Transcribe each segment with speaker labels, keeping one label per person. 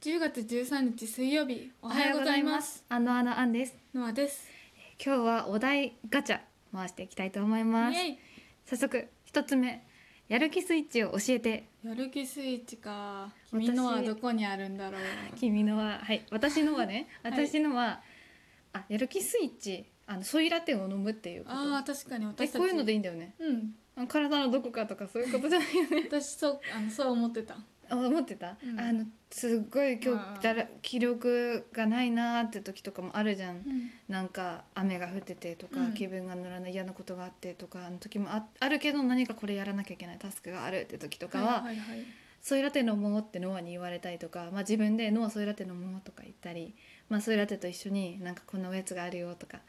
Speaker 1: 10月13日水曜日おはようございます
Speaker 2: あのあのあんです
Speaker 1: ノアです
Speaker 2: 今日はお題ガチャ回していきたいと思います
Speaker 1: イエイ
Speaker 2: 早速一つ目やる気スイッチを教えて
Speaker 1: やる気スイッチか
Speaker 2: 私
Speaker 1: 君のはどこにあるんだろう
Speaker 2: 君のははい私のはね
Speaker 1: はい
Speaker 2: 私のは、あやる気スイッチあのソイラテを飲むっていうこと
Speaker 1: あー確かに
Speaker 2: え
Speaker 1: 私たち
Speaker 2: こういうのでいいんだよね
Speaker 1: うん
Speaker 2: あの体のどこかとかそういうことじゃないよ ね
Speaker 1: 私そうあのそう思ってた
Speaker 2: あ思ってた、
Speaker 1: うん
Speaker 2: あのすっごい今
Speaker 1: あー
Speaker 2: 日だら気力がないなーって時とかもあるじゃん
Speaker 1: うん
Speaker 2: なんか雨が降っててとか、
Speaker 1: うん
Speaker 2: 気分が乗らない嫌なことがあってとかの時もああるけど何かこれやらなきゃいけないタスクがあるって時とかは「
Speaker 1: はいはいはい
Speaker 2: ソイラテ飲もう」ってノアに言われたりとか、まあ、自分で「ノアソイラテ飲もう」とか言ったり、まあ、ソイラテと一緒になんかこんなおやつがあるよとか、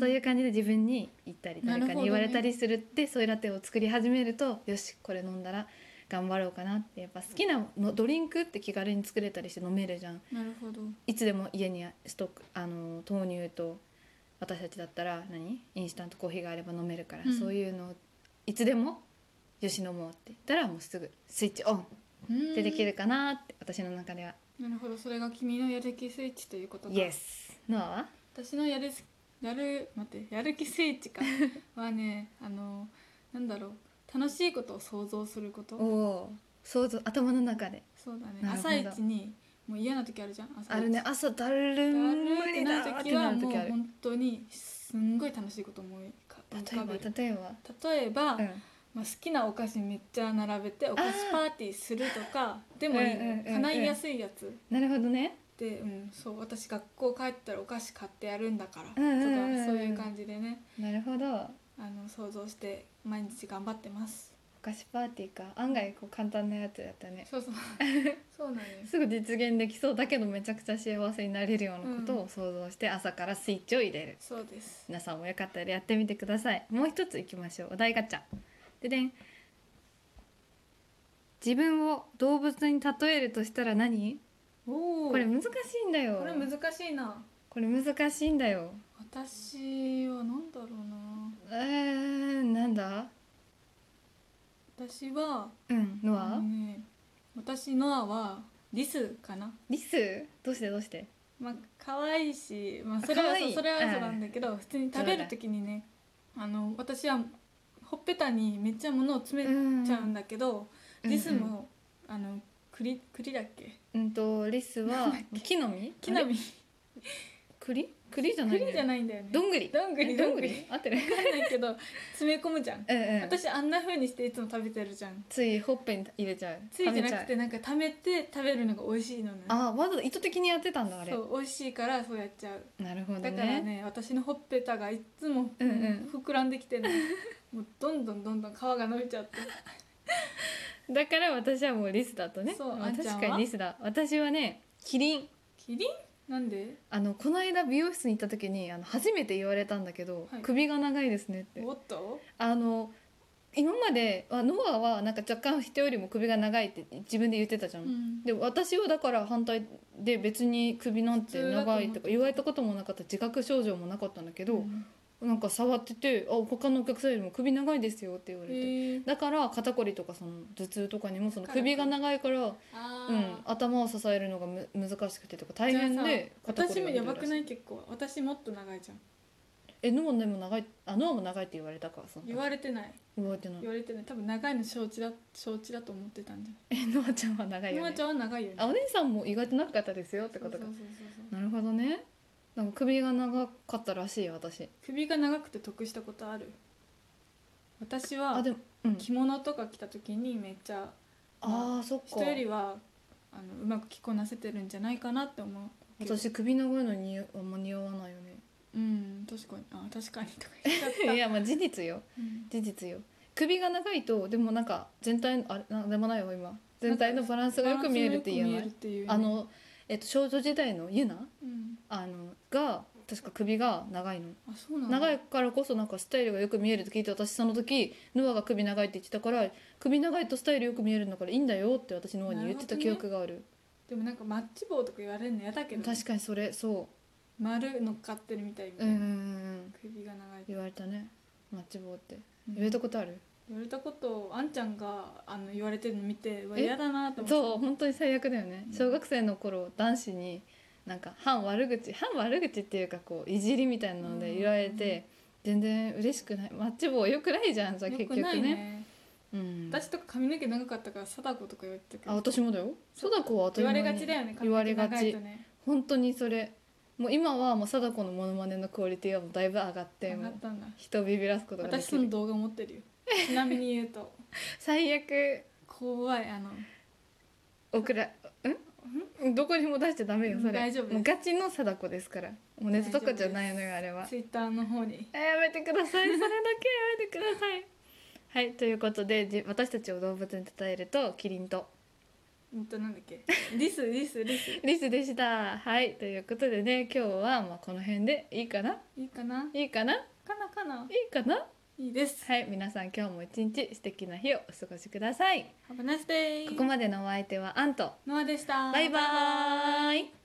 Speaker 2: そういう感じで自分に言ったり
Speaker 1: なる
Speaker 2: 誰
Speaker 1: ほ
Speaker 2: か
Speaker 1: どね
Speaker 2: に言われたりするってソイラテを作り始めるとよしこれ飲んだら頑張ろうかなってやっぱ好きなのドリンクって気軽に作れたりして飲めるじゃん。
Speaker 1: なるほど
Speaker 2: いつでも家にストックあの豆乳と私たちだったら何インスタントコーヒーがあれば飲めるから、
Speaker 1: うん
Speaker 2: そういうのをいつでもよし飲もうって言ったらもうすぐスイッチオンってできるかなって私の中では
Speaker 1: なるほどそれが君のやる気スイッチということか
Speaker 2: イエスノアは
Speaker 1: 私のやるすやる待ってやる気スイッチ かはねあのなんだろう楽しいことを想像すること
Speaker 2: おお想像頭の中で
Speaker 1: そうだね
Speaker 2: なるほど
Speaker 1: 朝一にもう嫌な時あるじゃん朝一
Speaker 2: あるね朝だる
Speaker 1: だ
Speaker 2: ん
Speaker 1: るー
Speaker 2: 無
Speaker 1: って
Speaker 2: 理だ
Speaker 1: なる
Speaker 2: ーって
Speaker 1: 時は
Speaker 2: なる
Speaker 1: もう
Speaker 2: 時ある
Speaker 1: 本当にすんごい楽しいこと思い浮か
Speaker 2: 例
Speaker 1: 浮かべ
Speaker 2: え
Speaker 1: る
Speaker 2: ば例えば
Speaker 1: 例えば、
Speaker 2: うん
Speaker 1: まあ、好きなお菓子めっちゃ並べてお菓子パーティーするとかでもいいの
Speaker 2: うんうんうんうん
Speaker 1: 叶いやすいやつ
Speaker 2: なるほどね
Speaker 1: で、うん、そう私学校帰ったらお菓子買ってやるんだからとか、
Speaker 2: うんうんうんうん
Speaker 1: そういう感じでね
Speaker 2: なるほど
Speaker 1: あの想像して毎日頑張ってます
Speaker 2: お菓子パーティーか案外こう簡単なやつだったね
Speaker 1: そうそうそうなんです
Speaker 2: すぐ実現できそうだけどめちゃくちゃ幸せになれるようなことを想像して朝からスイッチを入れる、
Speaker 1: そうです
Speaker 2: 皆さんもよかったらやってみてくださいもう一ついきましょうお題ガチャででん自分を動物に例えるとしたら何
Speaker 1: おお
Speaker 2: これ難しいんだよ
Speaker 1: これ難しいな
Speaker 2: これ難しいんだよ
Speaker 1: 私はなんだろうな
Speaker 2: えー、なんだ
Speaker 1: 私は
Speaker 2: うんノ
Speaker 1: あ
Speaker 2: ア
Speaker 1: のね、私ノアはリスかな
Speaker 2: リスどうしてどうして
Speaker 1: まあ可愛いし、まあ、
Speaker 2: あ
Speaker 1: それは
Speaker 2: 可
Speaker 1: そ
Speaker 2: 愛いう
Speaker 1: それはそう
Speaker 2: うん
Speaker 1: なんだけど、普通に食べる時にねあの私はほっぺたにめっちゃ物を詰めちゃうんだけど、
Speaker 2: うん
Speaker 1: リスも、あの栗栗だっけ
Speaker 2: うんとリスは木の実
Speaker 1: 木の
Speaker 2: あれ
Speaker 1: 実
Speaker 2: 栗栗じゃない
Speaker 1: 栗じゃないんだよね
Speaker 2: どんぐり
Speaker 1: どんぐり
Speaker 2: え
Speaker 1: ど
Speaker 2: ど
Speaker 1: ん
Speaker 2: ん
Speaker 1: ぐ
Speaker 2: ぐ
Speaker 1: り
Speaker 2: り合ってる
Speaker 1: わかんないけど詰め込むじゃん、
Speaker 2: うんうん、
Speaker 1: 私あんな風にしていつも食べてるじゃん
Speaker 2: ついほっぺに入れちゃう
Speaker 1: ついじゃ
Speaker 2: 食べち
Speaker 1: な
Speaker 2: ゃう
Speaker 1: くてなんか溜めて食べるのが美味しいのね
Speaker 2: あわざと意図的にやってたんだあれ
Speaker 1: そう美味しいからそうやっちゃう
Speaker 2: なるほどね
Speaker 1: だからね私のほっぺたがいつも
Speaker 2: うんうん
Speaker 1: 膨らんでき てね、もうどんどんどんどん皮が伸びちゃって
Speaker 2: だから私はもうリスだとね
Speaker 1: そう
Speaker 2: ま
Speaker 1: あ
Speaker 2: あ
Speaker 1: んちゃんは
Speaker 2: 確かにリスだ私はねキリン
Speaker 1: キリンなんで
Speaker 2: あのこの間美容室に行った時にあの初めて言われたんだけど、
Speaker 1: はい
Speaker 2: 首が長いですねって
Speaker 1: おっと
Speaker 2: あの今まであノアはなんか若干人よりも首が長いって自分で言ってたじゃん、
Speaker 1: うん
Speaker 2: で私はだから反対で別に首なんて長いとか言われたこともなかった自覚症状もなかったんだけど、なんか触ってて「あ他のお客さんよりも首長いですよ」って言わ
Speaker 1: へ
Speaker 2: れて、
Speaker 1: ー
Speaker 2: だから肩こりとかその頭痛とかにもその
Speaker 1: だから
Speaker 2: 首が長いから、
Speaker 1: あ
Speaker 2: う
Speaker 1: ー
Speaker 2: ん、頭を支えるのがむ難しくてとか大変
Speaker 1: じゃあさ
Speaker 2: で肩こ
Speaker 1: 私
Speaker 2: り
Speaker 1: も
Speaker 2: が
Speaker 1: や
Speaker 2: 出
Speaker 1: ば
Speaker 2: るら
Speaker 1: く
Speaker 2: し
Speaker 1: ないい結構私もっと長いじゃん
Speaker 2: え脳でも長いあ脳も長いって言われたからその
Speaker 1: 言われてない
Speaker 2: 言われてない
Speaker 1: 言われてない多分長いの承知だ承知だと思ってたんじ
Speaker 2: えノアちゃんは
Speaker 1: ゃ
Speaker 2: 長
Speaker 1: ない
Speaker 2: よ
Speaker 1: い
Speaker 2: ね
Speaker 1: まちゃんは長いよね
Speaker 2: あお姉さんも意外と長かったですよって
Speaker 1: そ
Speaker 2: こ
Speaker 1: うそ
Speaker 2: と
Speaker 1: う
Speaker 2: か
Speaker 1: そうそう
Speaker 2: なるほどねなんか首が長かったらしいよ私
Speaker 1: 首が長くて得したことある私
Speaker 2: あ
Speaker 1: は
Speaker 2: でもうん
Speaker 1: 着物とか着た時にめっちゃ
Speaker 2: あーそっか
Speaker 1: 人よりはあのうまく着こなせてるんじゃないかなって思うけど
Speaker 2: 私首長いのにあんま似合わないよ ね
Speaker 1: うん確かにあ確かにとか言っちゃった
Speaker 2: いやまあ事実よ
Speaker 1: うん
Speaker 2: 事実よ首が長いとでもなんか全体のあれなんでもないわ今全体のバランスがよく見えるって言わ
Speaker 1: バ
Speaker 2: な
Speaker 1: ランス
Speaker 2: い
Speaker 1: がよく見えるっていうね
Speaker 2: あ、の、えっと、少女時代のユナ
Speaker 1: うん、
Speaker 2: あのが確か首が長いの
Speaker 1: あそうなんだ
Speaker 2: 長いからこそなんかスタイルがよく見えるって聞いて私その時ノアが首長いって言ってたから首長いとスタイルよく見えるんだからいいんだよって私ノアに言ってた記憶がある
Speaker 1: でもなんかマッチ棒とか言われるの嫌だけどね、
Speaker 2: 確かにそれそ
Speaker 1: 丸乗っかってるみたいみ
Speaker 2: う
Speaker 1: た
Speaker 2: う
Speaker 1: い
Speaker 2: ん
Speaker 1: な、
Speaker 2: うんうん
Speaker 1: 首が長い
Speaker 2: 言われたねマッチ棒って
Speaker 1: うん
Speaker 2: 言われたことある
Speaker 1: 言われたことをあんちゃんがあの言われてるの見てうわ
Speaker 2: え
Speaker 1: 嫌だなと思って
Speaker 2: そう本当に最悪だよね、
Speaker 1: うん
Speaker 2: 小学生の頃男子になんか反悪口反悪口っていうかこういじりみたいなので言われて、全然嬉しくないマッチ棒よくないじゃんじゃあ
Speaker 1: よ
Speaker 2: 結
Speaker 1: く
Speaker 2: 局
Speaker 1: ない
Speaker 2: ね
Speaker 1: ね
Speaker 2: うん、
Speaker 1: 私とか髪の毛長かったから貞子とか言われてたけ
Speaker 2: あ
Speaker 1: ど
Speaker 2: 私もだよ貞子は当た
Speaker 1: 言
Speaker 2: り
Speaker 1: わ
Speaker 2: 前に
Speaker 1: れがちだよね髪
Speaker 2: 言わ
Speaker 1: の
Speaker 2: れ
Speaker 1: 毛
Speaker 2: が
Speaker 1: 長い
Speaker 2: ち
Speaker 1: とね
Speaker 2: 本当にそれもう今はもう貞子のモノマネのクオリティはもうだいぶ上がって
Speaker 1: 上
Speaker 2: も
Speaker 1: が
Speaker 2: う
Speaker 1: ったんだ
Speaker 2: 人をビビらすことがで
Speaker 1: 私
Speaker 2: き
Speaker 1: その
Speaker 2: る
Speaker 1: 動画持って るよちなみに言うと
Speaker 2: 最悪
Speaker 1: 怖いあの
Speaker 2: おくらんどこにも出しちゃダメよそれ
Speaker 1: 大丈夫です
Speaker 2: もうガチの貞子ですからもうネットとかじゃないのよあれは
Speaker 1: ツイッターの方に
Speaker 2: あやめてくださいそれだけやめてくださいはいということでじ私たちを動物に例えるとキリンと
Speaker 1: うんとなんだっけ リスリスリス
Speaker 2: リスでしたはいということでね今日はまあこの辺でいいかない
Speaker 1: いかない
Speaker 2: いかない
Speaker 1: かなかない
Speaker 2: かない
Speaker 1: いです
Speaker 2: はい皆さん今日も一日素敵な日をお過ごしください
Speaker 1: Have a nice day
Speaker 2: ここまでのお相手はアンと
Speaker 1: ノアでした
Speaker 2: バイバーイ